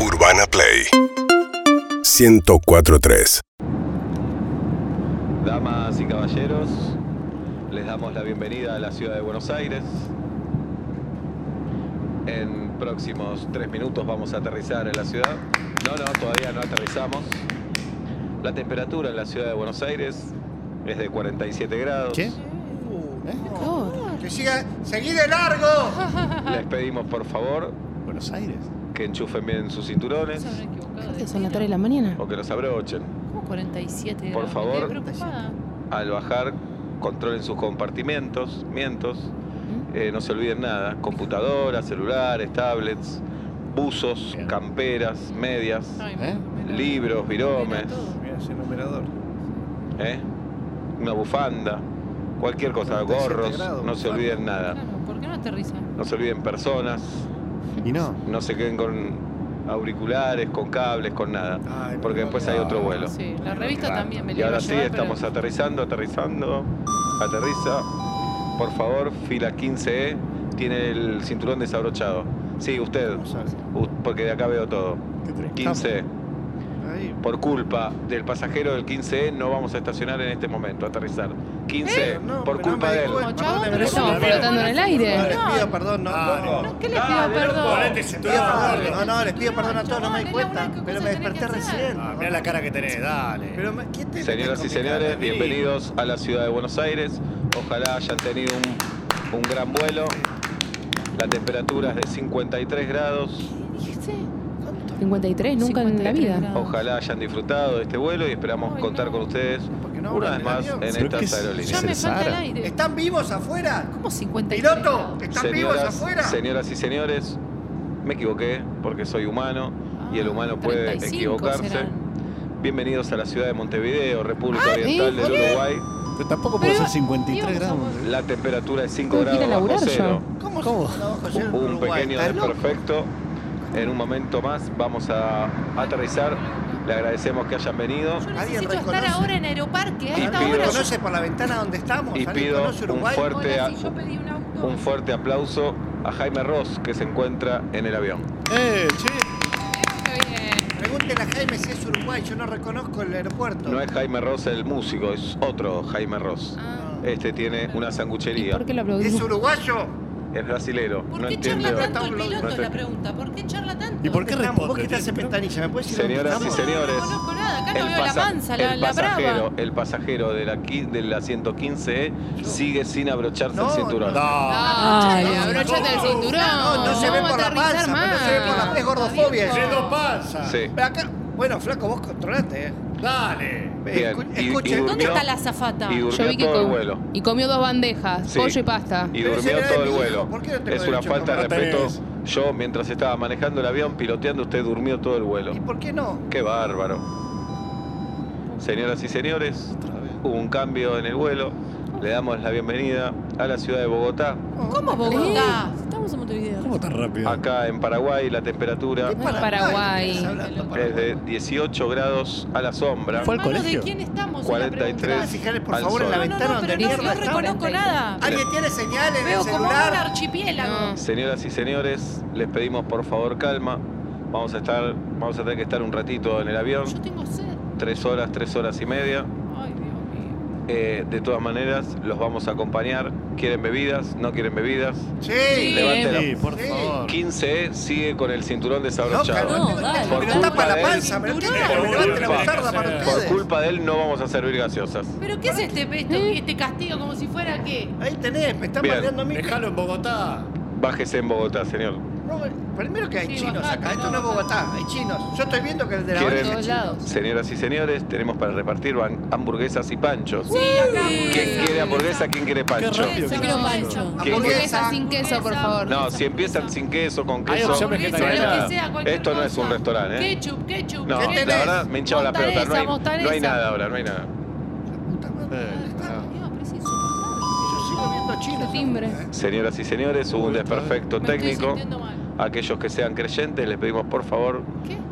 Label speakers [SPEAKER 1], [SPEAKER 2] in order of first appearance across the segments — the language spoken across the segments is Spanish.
[SPEAKER 1] Urbana Play 1043
[SPEAKER 2] Damas y caballeros, les damos la bienvenida a la ciudad de Buenos Aires. En próximos tres minutos vamos a aterrizar en la ciudad. No, no, todavía no aterrizamos. La temperatura en la ciudad de Buenos Aires es de 47 grados.
[SPEAKER 3] ¿Qué?
[SPEAKER 4] Que siga, seguí de largo.
[SPEAKER 2] Les pedimos por favor
[SPEAKER 3] Buenos Aires.
[SPEAKER 2] que enchufen bien sus cinturones
[SPEAKER 5] ¿Qué
[SPEAKER 6] ¿Qué son las 3 de la mañana?
[SPEAKER 2] o que los abrochen.
[SPEAKER 5] 47
[SPEAKER 2] Por
[SPEAKER 5] grados.
[SPEAKER 2] favor.
[SPEAKER 5] Estoy preocupada.
[SPEAKER 2] Al bajar, controlen sus compartimentos, mientos. Eh, no se olviden nada, computadoras, celulares, tablets, buzos,
[SPEAKER 3] Bien.
[SPEAKER 2] camperas, medias,
[SPEAKER 5] Ay,
[SPEAKER 3] ¿Eh?
[SPEAKER 5] me-
[SPEAKER 2] libros,
[SPEAKER 5] me-
[SPEAKER 2] viromes,
[SPEAKER 5] todo.
[SPEAKER 3] Mira ese numerador.
[SPEAKER 2] ¿eh? una bufanda, cualquier cosa,
[SPEAKER 3] 47
[SPEAKER 2] gorros,
[SPEAKER 3] grados,
[SPEAKER 2] no se
[SPEAKER 3] bufanda.
[SPEAKER 2] olviden nada,
[SPEAKER 5] Claro, ¿por qué no aterriza? Ah,
[SPEAKER 2] no se olviden personas,
[SPEAKER 3] Y no.
[SPEAKER 2] no se queden con auriculares, con cables, con nada,
[SPEAKER 3] Ay,
[SPEAKER 2] porque
[SPEAKER 3] no,
[SPEAKER 2] después
[SPEAKER 3] no,
[SPEAKER 2] hay otro
[SPEAKER 3] no,
[SPEAKER 2] vuelo.
[SPEAKER 5] Ah, Sí, la revista también me la
[SPEAKER 2] Y
[SPEAKER 5] iba
[SPEAKER 2] ahora
[SPEAKER 5] a
[SPEAKER 2] sí,
[SPEAKER 5] llevar,
[SPEAKER 2] estamos
[SPEAKER 5] pero-
[SPEAKER 2] aterrizando, aterrizando, aterriza. Por favor, fila 15E, tiene el cinturón desabrochado. Sí, usted,
[SPEAKER 3] Vamos a ver.
[SPEAKER 2] u- porque de acá veo todo.
[SPEAKER 3] ¿Qué tenés?
[SPEAKER 2] 15E.
[SPEAKER 3] Estamos Ahí.
[SPEAKER 2] Por culpa del pasajero del 15E no vamos a estacionar en este momento, aterrizar. 15E,
[SPEAKER 3] Pero Eh, no,
[SPEAKER 2] por
[SPEAKER 3] pero no
[SPEAKER 2] culpa
[SPEAKER 3] me
[SPEAKER 2] de él.
[SPEAKER 3] disculpe,
[SPEAKER 5] No,
[SPEAKER 3] perdón,
[SPEAKER 5] chabón,
[SPEAKER 3] me
[SPEAKER 5] ¿Eh?
[SPEAKER 3] disculpe.
[SPEAKER 5] pero
[SPEAKER 6] estamos
[SPEAKER 3] No,
[SPEAKER 6] flotando en el aire.
[SPEAKER 3] No, les
[SPEAKER 5] No.
[SPEAKER 3] pido perdón, no.
[SPEAKER 7] Ah,
[SPEAKER 3] no.
[SPEAKER 5] ¿Qué les
[SPEAKER 2] Dale,
[SPEAKER 5] pido
[SPEAKER 2] loco,
[SPEAKER 5] perdón?
[SPEAKER 3] Les
[SPEAKER 7] Ponete
[SPEAKER 3] pido
[SPEAKER 7] cinturón.
[SPEAKER 3] perdón, No, no, les pido
[SPEAKER 5] No,
[SPEAKER 3] perdón a todos, no me di
[SPEAKER 5] chabón, es la
[SPEAKER 3] cuenta.
[SPEAKER 5] única
[SPEAKER 3] Pero
[SPEAKER 5] cosa
[SPEAKER 3] me
[SPEAKER 5] que
[SPEAKER 3] desperté
[SPEAKER 5] tenés que hacer.
[SPEAKER 3] recién.
[SPEAKER 7] Ah, mirá la cara que tenés, dale.
[SPEAKER 3] Pero, me- ¿qué te
[SPEAKER 2] Señoras y
[SPEAKER 3] metes con mi
[SPEAKER 2] señores,
[SPEAKER 3] cara? Vení.
[SPEAKER 2] bienvenidos a la ciudad de Buenos Aires. Ojalá hayan tenido un, un gran vuelo. La temperatura es de 53 grados.
[SPEAKER 6] Dijiste. 53, nunca en la
[SPEAKER 5] 53
[SPEAKER 6] vida.
[SPEAKER 5] grados.
[SPEAKER 2] Ojalá hayan disfrutado de este vuelo y esperamos
[SPEAKER 5] Ay,
[SPEAKER 2] contar
[SPEAKER 5] no.
[SPEAKER 2] con ustedes
[SPEAKER 3] ¿Por qué no
[SPEAKER 2] una
[SPEAKER 3] hablan
[SPEAKER 2] vez
[SPEAKER 3] del
[SPEAKER 2] más
[SPEAKER 3] avión?
[SPEAKER 2] en
[SPEAKER 3] Pero
[SPEAKER 2] estas
[SPEAKER 3] qué es-
[SPEAKER 5] Ya
[SPEAKER 2] aerolíneas.
[SPEAKER 5] me falta el
[SPEAKER 3] Sara.
[SPEAKER 5] aire.
[SPEAKER 4] ¿Están vivos afuera?
[SPEAKER 5] como 53
[SPEAKER 4] Piloto,
[SPEAKER 5] grados.
[SPEAKER 4] ¿están vivos afuera?
[SPEAKER 2] señoras y señores, me equivoqué porque soy humano y el humano
[SPEAKER 5] Ah,
[SPEAKER 2] puede
[SPEAKER 5] 35
[SPEAKER 2] equivocarse.
[SPEAKER 5] serán.
[SPEAKER 2] Bienvenidos a la ciudad de Montevideo, República
[SPEAKER 6] Ah,
[SPEAKER 2] Oriental del
[SPEAKER 6] ¿eh?
[SPEAKER 2] Uruguay.
[SPEAKER 3] Pero tampoco puede
[SPEAKER 5] Pero-
[SPEAKER 3] ser 53
[SPEAKER 5] íbamos a
[SPEAKER 3] gramos.
[SPEAKER 5] volver.
[SPEAKER 2] La temperatura es 5
[SPEAKER 6] Tengo que ir a
[SPEAKER 2] grados bajo
[SPEAKER 6] laburar
[SPEAKER 2] cero.
[SPEAKER 3] ¿Cómo? ¿Cómo?
[SPEAKER 2] Un pequeño desperfecto. En un momento más vamos a aterrizar. Le agradecemos que hayan venido
[SPEAKER 5] Yo
[SPEAKER 3] ¿Alguien
[SPEAKER 5] necesito estar
[SPEAKER 3] reconoce?
[SPEAKER 5] ahora en Aeroparque, a
[SPEAKER 2] Y
[SPEAKER 5] esta
[SPEAKER 2] pido-
[SPEAKER 5] hora.
[SPEAKER 3] ¿Conoce por la ventana donde estamos?
[SPEAKER 2] y
[SPEAKER 3] ¿Alguien
[SPEAKER 2] pido
[SPEAKER 3] conoce
[SPEAKER 2] un
[SPEAKER 3] Uruguay?
[SPEAKER 2] fuerte, a-
[SPEAKER 5] pedí un auto.
[SPEAKER 2] un fuerte aplauso a Jaime Ross que se encuentra en el avión.
[SPEAKER 3] ¡Eh, che!
[SPEAKER 5] Qué bien.
[SPEAKER 3] Pregúntele a Jaime si es Uruguay, yo no reconozco el aeropuerto.
[SPEAKER 2] No es Jaime Ross el músico, es otro Jaime Ross.
[SPEAKER 5] Ah,
[SPEAKER 2] Este tiene una
[SPEAKER 6] ¿Y
[SPEAKER 2] sanguchería.
[SPEAKER 6] por qué lo
[SPEAKER 3] ¿Es
[SPEAKER 6] aplaudimos?
[SPEAKER 3] uruguayo?
[SPEAKER 2] Es brasilero.
[SPEAKER 5] ¿Por
[SPEAKER 2] No
[SPEAKER 5] qué
[SPEAKER 2] entiende.
[SPEAKER 5] charla tanto el
[SPEAKER 3] No
[SPEAKER 5] piloto? Es la
[SPEAKER 2] entiendo.
[SPEAKER 5] pregunta. ¿Por qué charla tanto?
[SPEAKER 3] ¿Y por qué
[SPEAKER 7] Estamos-
[SPEAKER 3] responde?
[SPEAKER 7] vos que te haces
[SPEAKER 3] ventanilla, ¿me puedes
[SPEAKER 2] decir dónde Señoras y estamos? señores,
[SPEAKER 5] No conozco nada. Acá no
[SPEAKER 2] El,
[SPEAKER 5] veo la
[SPEAKER 2] pasa-
[SPEAKER 5] mansa, la,
[SPEAKER 2] el
[SPEAKER 5] la
[SPEAKER 2] pasajero,
[SPEAKER 5] brava.
[SPEAKER 2] el pasajero de la, qui- de la 115 sigue sin abrocharse el
[SPEAKER 3] No,
[SPEAKER 2] cinturón.
[SPEAKER 7] No.
[SPEAKER 6] Dale,
[SPEAKER 5] Ah, no,
[SPEAKER 6] abróchate el
[SPEAKER 7] no,
[SPEAKER 6] cinturón.
[SPEAKER 3] No, no se ve
[SPEAKER 6] Vamos
[SPEAKER 3] por
[SPEAKER 6] a
[SPEAKER 3] la
[SPEAKER 6] aterrizar
[SPEAKER 3] panza, pero no se ve por la
[SPEAKER 6] más.
[SPEAKER 3] es gordofobia.
[SPEAKER 5] Está bien.
[SPEAKER 3] eso.
[SPEAKER 7] Yendo panza.
[SPEAKER 2] Sí.
[SPEAKER 3] Pero acá, bueno, flaco, vos controlate, eh.
[SPEAKER 7] Dale.
[SPEAKER 2] Bien,
[SPEAKER 3] Escu-
[SPEAKER 2] y- y
[SPEAKER 3] Escuche,
[SPEAKER 2] durmió.
[SPEAKER 5] ¿Dónde está la azafata?
[SPEAKER 2] Y
[SPEAKER 6] Yo vi
[SPEAKER 2] durmió
[SPEAKER 6] que
[SPEAKER 2] todo el
[SPEAKER 6] com-
[SPEAKER 2] vuelo.
[SPEAKER 6] y comió dos bandejas,
[SPEAKER 2] Sí.
[SPEAKER 6] pollo y pasta.
[SPEAKER 2] Y
[SPEAKER 3] Pero ese
[SPEAKER 2] durmió
[SPEAKER 3] era
[SPEAKER 2] todo
[SPEAKER 3] de
[SPEAKER 2] el
[SPEAKER 3] mi hijo,
[SPEAKER 2] vuelo.
[SPEAKER 3] ¿por qué no tengo
[SPEAKER 2] Es una
[SPEAKER 3] derecho a
[SPEAKER 2] falta de
[SPEAKER 7] comer?
[SPEAKER 2] respeto.
[SPEAKER 7] Tenés.
[SPEAKER 2] Yo, mientras estaba manejando el avión, piloteando, usted durmió todo el vuelo.
[SPEAKER 3] ¿Y por qué no?
[SPEAKER 2] Qué bárbaro. Señoras y señores, hubo un cambio en el vuelo. Le damos la bienvenida a la ciudad de Bogotá.
[SPEAKER 5] ¿Cómo Bogotá?
[SPEAKER 6] Estamos en Montevideo.
[SPEAKER 7] ¿Cómo tan rápido?
[SPEAKER 2] Acá en Paraguay la temperatura
[SPEAKER 6] Paraguay.
[SPEAKER 3] ¿Qué estás hablando,
[SPEAKER 2] es
[SPEAKER 3] Paraguay?
[SPEAKER 2] de 18 grados a la sombra.
[SPEAKER 3] Fue al
[SPEAKER 5] Hermano,
[SPEAKER 3] colegio.
[SPEAKER 5] ¿De quién estamos? Es la
[SPEAKER 2] 43
[SPEAKER 3] Pará,
[SPEAKER 5] pregunta.
[SPEAKER 3] fijale, por
[SPEAKER 2] al
[SPEAKER 3] favor, en la
[SPEAKER 2] sol.
[SPEAKER 5] No,
[SPEAKER 3] ventana
[SPEAKER 5] no, no,
[SPEAKER 3] donde
[SPEAKER 5] pero no,
[SPEAKER 3] mierda
[SPEAKER 5] no
[SPEAKER 3] estamos.
[SPEAKER 5] reconozco nada.
[SPEAKER 3] ¿Alguien tiene señal en el
[SPEAKER 5] Veo como un
[SPEAKER 3] celular?
[SPEAKER 5] archipiélago.
[SPEAKER 6] No.
[SPEAKER 2] Señoras y señores, les pedimos por favor calma. Vamos a estar, vamos a tener que estar un ratito en el avión,
[SPEAKER 5] Yo tengo sed.
[SPEAKER 2] tres horas, tres horas y media.
[SPEAKER 5] Ay, Dios mío.
[SPEAKER 2] Eh, de todas maneras, los vamos a acompañar. ¿Quieren bebidas? ¿No quieren bebidas?
[SPEAKER 3] Sí.
[SPEAKER 2] Levanten la-
[SPEAKER 7] Sí, por
[SPEAKER 3] Sí.
[SPEAKER 7] favor.
[SPEAKER 2] 15 sigue con el cinturón
[SPEAKER 3] No,
[SPEAKER 2] desabrochado.
[SPEAKER 3] calmate,
[SPEAKER 5] No, dale.
[SPEAKER 3] pero
[SPEAKER 2] Por
[SPEAKER 3] está
[SPEAKER 2] culpa
[SPEAKER 3] para
[SPEAKER 2] de
[SPEAKER 3] la
[SPEAKER 2] él.
[SPEAKER 3] panza, pero ¿qué
[SPEAKER 5] Cinturón.
[SPEAKER 3] quiere que me levante la
[SPEAKER 7] Por
[SPEAKER 3] buzarda para
[SPEAKER 7] culpa.
[SPEAKER 2] Por
[SPEAKER 3] ustedes?
[SPEAKER 2] culpa de él no vamos a servir gaseosas.
[SPEAKER 5] ¿Pero qué es este esto?
[SPEAKER 3] ¿Eh?
[SPEAKER 5] Este castigo como si fuera qué?
[SPEAKER 3] Ahí tenés, me están
[SPEAKER 2] Bien.
[SPEAKER 3] bardeando a mí.
[SPEAKER 7] Dejalo en Bogotá.
[SPEAKER 2] Bájese en Bogotá, señor.
[SPEAKER 3] No, Primero que hay
[SPEAKER 5] Sí,
[SPEAKER 3] chinos
[SPEAKER 5] bajá,
[SPEAKER 3] acá, esto
[SPEAKER 5] no,
[SPEAKER 3] no es Bogotá, hay chinos. Yo estoy viendo que el de la
[SPEAKER 2] ¿Quieren?
[SPEAKER 3] Habana es
[SPEAKER 6] Todos
[SPEAKER 3] chino.
[SPEAKER 6] lados.
[SPEAKER 2] Señoras y señores, tenemos para repartir ban- hamburguesas y panchos. ¿Quién quiere hamburguesa? ¿Quién quiere pancho?
[SPEAKER 7] rápido.
[SPEAKER 5] Yo
[SPEAKER 7] Yo
[SPEAKER 5] quiero
[SPEAKER 7] quiero
[SPEAKER 5] pancho.
[SPEAKER 2] ¿Qué?
[SPEAKER 6] Hamburguesa sin queso, por favor.
[SPEAKER 2] No, si empiezan sin queso, con
[SPEAKER 7] Hay
[SPEAKER 2] queso.
[SPEAKER 7] opción
[SPEAKER 2] no hay
[SPEAKER 7] vegetariana.
[SPEAKER 2] nada. Esto no es un restaurante, ¿eh?
[SPEAKER 5] Ketchup,
[SPEAKER 2] No,
[SPEAKER 5] ketchup.
[SPEAKER 3] ¿Qué
[SPEAKER 2] la
[SPEAKER 5] ketchup.
[SPEAKER 3] tenés?
[SPEAKER 2] verdad me hinchaba la pelota. No hay,
[SPEAKER 6] Mostaza,
[SPEAKER 2] no hay
[SPEAKER 6] mostaza.
[SPEAKER 2] nada ahora, no hay nada.
[SPEAKER 7] Eh, no.
[SPEAKER 5] Dios, pero es insoportable.
[SPEAKER 3] Yo sigo viendo chinos. ¿Eh?
[SPEAKER 6] Timbre.
[SPEAKER 4] ¿eh?
[SPEAKER 2] Señoras y señores, hubo un desperfecto
[SPEAKER 5] Me estoy
[SPEAKER 2] técnico.
[SPEAKER 5] sintiendo mal.
[SPEAKER 2] Aquellos que sean creyentes, les pedimos por favor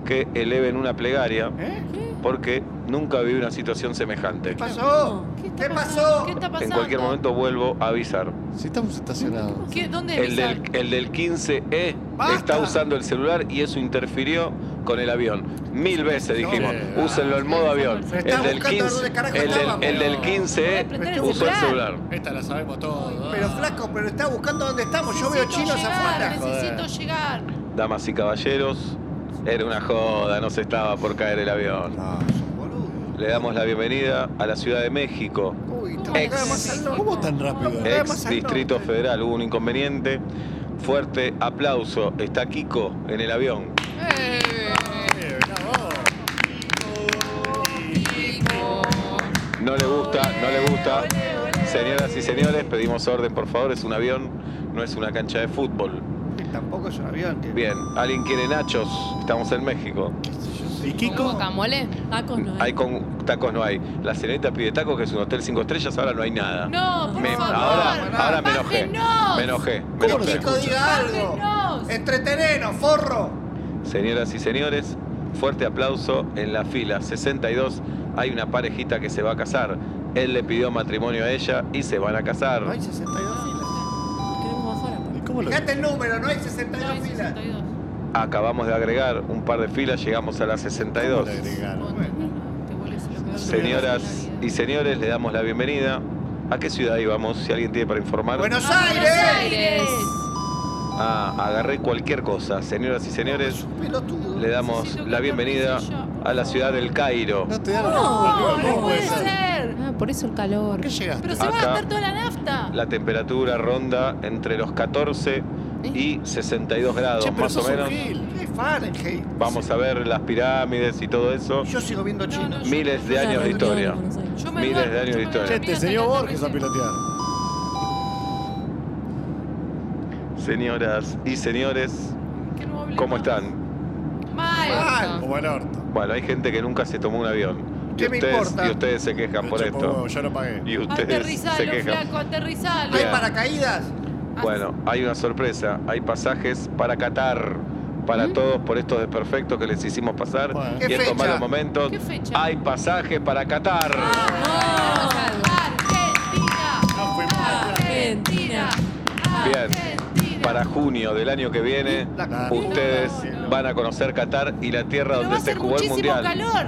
[SPEAKER 5] ¿Qué?
[SPEAKER 2] que eleven una plegaria
[SPEAKER 3] ¿Eh?
[SPEAKER 2] porque nunca viví una situación semejante.
[SPEAKER 4] ¿Qué pasó? ¿Qué pasó?
[SPEAKER 5] ¿Qué está
[SPEAKER 2] En
[SPEAKER 5] pasando?
[SPEAKER 2] cualquier momento vuelvo a avisar.
[SPEAKER 1] Si estamos estacionados.
[SPEAKER 5] ¿Qué- ¿Dónde
[SPEAKER 2] El del,
[SPEAKER 5] avisar?
[SPEAKER 2] el del 15E está
[SPEAKER 4] ¡Basta!
[SPEAKER 2] usando el celular y eso interfirió con el avión. Mil veces dijimos,
[SPEAKER 7] Bien.
[SPEAKER 2] úsenlo en modo avión.
[SPEAKER 4] Pero
[SPEAKER 2] El
[SPEAKER 4] estaba
[SPEAKER 2] del,
[SPEAKER 4] buscando dónde
[SPEAKER 2] 15,
[SPEAKER 4] carajo
[SPEAKER 2] el del-
[SPEAKER 4] estábamos.
[SPEAKER 2] el del
[SPEAKER 5] Voy a
[SPEAKER 2] 15E usó
[SPEAKER 5] apretar
[SPEAKER 2] el
[SPEAKER 5] el celular.
[SPEAKER 2] celular.
[SPEAKER 7] Esta la sabemos todos.
[SPEAKER 4] Pero flaco, pero está buscando dónde estamos. Yo veo
[SPEAKER 5] Necesito
[SPEAKER 4] chinos
[SPEAKER 5] llegar,
[SPEAKER 4] afuera.
[SPEAKER 5] Necesito llegar.
[SPEAKER 2] Damas y caballeros, era una joda, no se estaba por caer el avión.
[SPEAKER 4] No, sos un boludo.
[SPEAKER 2] Le damos la bienvenida a la Ciudad de México,
[SPEAKER 4] Uy,
[SPEAKER 5] ¿Cómo
[SPEAKER 4] te
[SPEAKER 5] ex-
[SPEAKER 4] más al norte.
[SPEAKER 1] ¿Cómo tan rápido?
[SPEAKER 4] Eh.
[SPEAKER 2] ex Distrito Federal. Hubo un inconveniente. Fuerte aplauso. Está Kiko en el avión.
[SPEAKER 7] Eh, mirá vos.
[SPEAKER 2] No le gusta, no le gusta. Señoras y señores, pedimos orden, por favor. Es un avión, no es una cancha de fútbol.
[SPEAKER 4] Tampoco es un avión. que-
[SPEAKER 2] Bien, ¿alguien quiere nachos? Estamos en México.
[SPEAKER 7] ¿Y Kiko?
[SPEAKER 6] ¿Guacamole?
[SPEAKER 8] Tacos no hay.
[SPEAKER 2] Hay con tacos, no hay. La señorita pide tacos, que es un hotel cinco estrellas, ahora no hay nada.
[SPEAKER 5] No, por
[SPEAKER 2] Me-
[SPEAKER 5] favor.
[SPEAKER 2] ahora, ahora me enojé.
[SPEAKER 5] bájenos.
[SPEAKER 2] Me enojé. Me
[SPEAKER 4] Que
[SPEAKER 2] enojé.
[SPEAKER 4] Kiko diga algo.
[SPEAKER 5] Bájenos.
[SPEAKER 4] Entretenenos, forro.
[SPEAKER 2] Señoras y señores, fuerte aplauso en la fila 62. Hay una parejita que se va a casar. Él le pidió matrimonio a ella y se van a casar.
[SPEAKER 4] No hay 62 filas.
[SPEAKER 8] Queremos bajar aparte.
[SPEAKER 5] pues.
[SPEAKER 1] ¿Y ¿Cómo lo
[SPEAKER 4] Fíjate el número, no hay
[SPEAKER 5] No,
[SPEAKER 4] 62
[SPEAKER 5] hay
[SPEAKER 4] filas.
[SPEAKER 5] 62.
[SPEAKER 2] Acabamos de agregar un par de filas, llegamos a la 62.
[SPEAKER 7] Le agregaron.
[SPEAKER 5] Te vuelves lo peor.
[SPEAKER 2] Señoras y señores, le damos la bienvenida. ¿A qué ciudad íbamos? Si alguien tiene para informar.
[SPEAKER 4] Buenos
[SPEAKER 5] Ah,
[SPEAKER 4] Aires.
[SPEAKER 5] Aires.
[SPEAKER 2] Ah, agarré cualquier cosa. Señoras y señores,
[SPEAKER 4] Pelotudo.
[SPEAKER 2] le damos
[SPEAKER 5] Necesito
[SPEAKER 2] la
[SPEAKER 5] que
[SPEAKER 2] bienvenida
[SPEAKER 5] organice yo.
[SPEAKER 2] a la ciudad del Cairo.
[SPEAKER 1] No te dieron.
[SPEAKER 5] No,
[SPEAKER 7] ¿Cómo
[SPEAKER 5] no
[SPEAKER 7] puede
[SPEAKER 5] puede
[SPEAKER 7] ser?
[SPEAKER 5] ser.
[SPEAKER 6] Ah, por eso el calor.
[SPEAKER 7] ¿Qué llegaste?
[SPEAKER 5] Pero se va a
[SPEAKER 2] Acá.
[SPEAKER 5] gastar toda la nafta.
[SPEAKER 2] La temperatura ronda entre los 14 y 62 grados,
[SPEAKER 7] Che, pero
[SPEAKER 2] más o
[SPEAKER 7] sos un
[SPEAKER 2] menos.
[SPEAKER 7] gil.
[SPEAKER 4] ¿Qué Fahrenheit?
[SPEAKER 2] Vamos a ver las pirámides y todo eso.
[SPEAKER 4] Yo sigo viendo
[SPEAKER 5] No,
[SPEAKER 4] chinos.
[SPEAKER 5] no, yo-
[SPEAKER 2] Miles de
[SPEAKER 8] Ya,
[SPEAKER 2] años de
[SPEAKER 8] no, no, no,
[SPEAKER 2] historia.
[SPEAKER 8] no, no, no, no.
[SPEAKER 5] yo me
[SPEAKER 2] miles
[SPEAKER 5] duermo,
[SPEAKER 2] de años
[SPEAKER 5] yo
[SPEAKER 2] de
[SPEAKER 5] me
[SPEAKER 2] historia.
[SPEAKER 1] Che,
[SPEAKER 5] dormí
[SPEAKER 1] te
[SPEAKER 5] hasta
[SPEAKER 1] enseñó
[SPEAKER 5] que
[SPEAKER 1] Borges a
[SPEAKER 5] aterricé.
[SPEAKER 1] pilotear.
[SPEAKER 2] Señoras y señores,
[SPEAKER 5] Que no hable
[SPEAKER 2] ¿cómo
[SPEAKER 5] más.
[SPEAKER 2] están?
[SPEAKER 5] Mal.
[SPEAKER 4] Mal.
[SPEAKER 7] Como el orto.
[SPEAKER 2] Bueno, hay gente que nunca se tomó un avión. Y
[SPEAKER 4] ¿Qué me
[SPEAKER 2] ustedes,
[SPEAKER 4] importa?
[SPEAKER 2] y ustedes se quejan
[SPEAKER 7] Me
[SPEAKER 2] por
[SPEAKER 7] chupo
[SPEAKER 2] esto.
[SPEAKER 7] huevo, Yo no pagué.
[SPEAKER 2] Y ustedes se
[SPEAKER 5] Aterrizalo,
[SPEAKER 2] quejan.
[SPEAKER 5] flaco, aterrizalo.
[SPEAKER 4] ¿Hay
[SPEAKER 2] Bien.
[SPEAKER 4] paracaídas?
[SPEAKER 2] Bueno, hay una sorpresa. Hay pasajes para Qatar.
[SPEAKER 5] ¿Mm?
[SPEAKER 2] Para todos por estos desperfectos que les hicimos pasar
[SPEAKER 7] Bueno.
[SPEAKER 2] y
[SPEAKER 4] ¿Qué
[SPEAKER 2] estos
[SPEAKER 4] fecha?
[SPEAKER 2] malos momentos.
[SPEAKER 5] ¿Qué fecha? Ah,
[SPEAKER 2] Hay pasajes para Qatar.
[SPEAKER 5] ¡Vamos! Argentina.
[SPEAKER 7] No fuimos.
[SPEAKER 5] Ah. Argentina.
[SPEAKER 2] Bien.
[SPEAKER 5] Argentina.
[SPEAKER 2] Para junio del año que viene,
[SPEAKER 7] La-
[SPEAKER 2] ustedes
[SPEAKER 5] Ah, No, no.
[SPEAKER 2] van a conocer Qatar y la tierra
[SPEAKER 5] Pero va
[SPEAKER 2] donde
[SPEAKER 5] a
[SPEAKER 2] se
[SPEAKER 5] ser
[SPEAKER 2] jugó el
[SPEAKER 5] muchísimo
[SPEAKER 2] Mundial.
[SPEAKER 5] calor.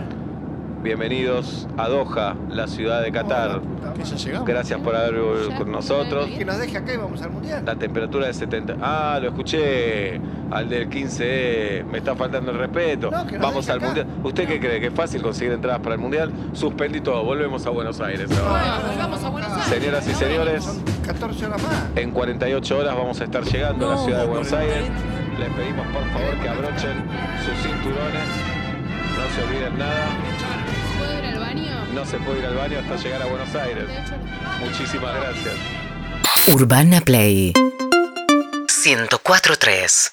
[SPEAKER 2] Bienvenidos a Doha, la ciudad de Qatar.
[SPEAKER 7] Que ya llegamos.
[SPEAKER 2] Gracias por haber vuelto con nosotros.
[SPEAKER 4] Que nos deje acá y vamos al mundial.
[SPEAKER 2] La temperatura de 70. Ah, lo escuché. Al del 15E. Me está faltando el respeto.
[SPEAKER 4] No, que nos
[SPEAKER 2] Vamos
[SPEAKER 4] deje
[SPEAKER 2] al
[SPEAKER 4] acá.
[SPEAKER 2] mundial. ¿Usted qué cree? ¿Que es fácil conseguir entradas para el mundial? Suspendí todo. Volvemos a Buenos Aires. ahora.
[SPEAKER 5] Bueno, volvamos a Buenos Aires.
[SPEAKER 2] Señoras y
[SPEAKER 5] ¿no?
[SPEAKER 2] señores,
[SPEAKER 4] 14 horas más.
[SPEAKER 2] en 48 horas vamos a estar llegando a la
[SPEAKER 8] No,
[SPEAKER 2] ciudad de
[SPEAKER 8] no,
[SPEAKER 2] Buenos
[SPEAKER 8] no,
[SPEAKER 2] Aires. Les pedimos por favor que abrochen sus cinturones. No se olviden nada.
[SPEAKER 6] ¿Puedo ir al baño?
[SPEAKER 2] No se puede ir al baño hasta llegar a Buenos Aires. Muchísimas gracias.
[SPEAKER 9] Urbana Play 104.3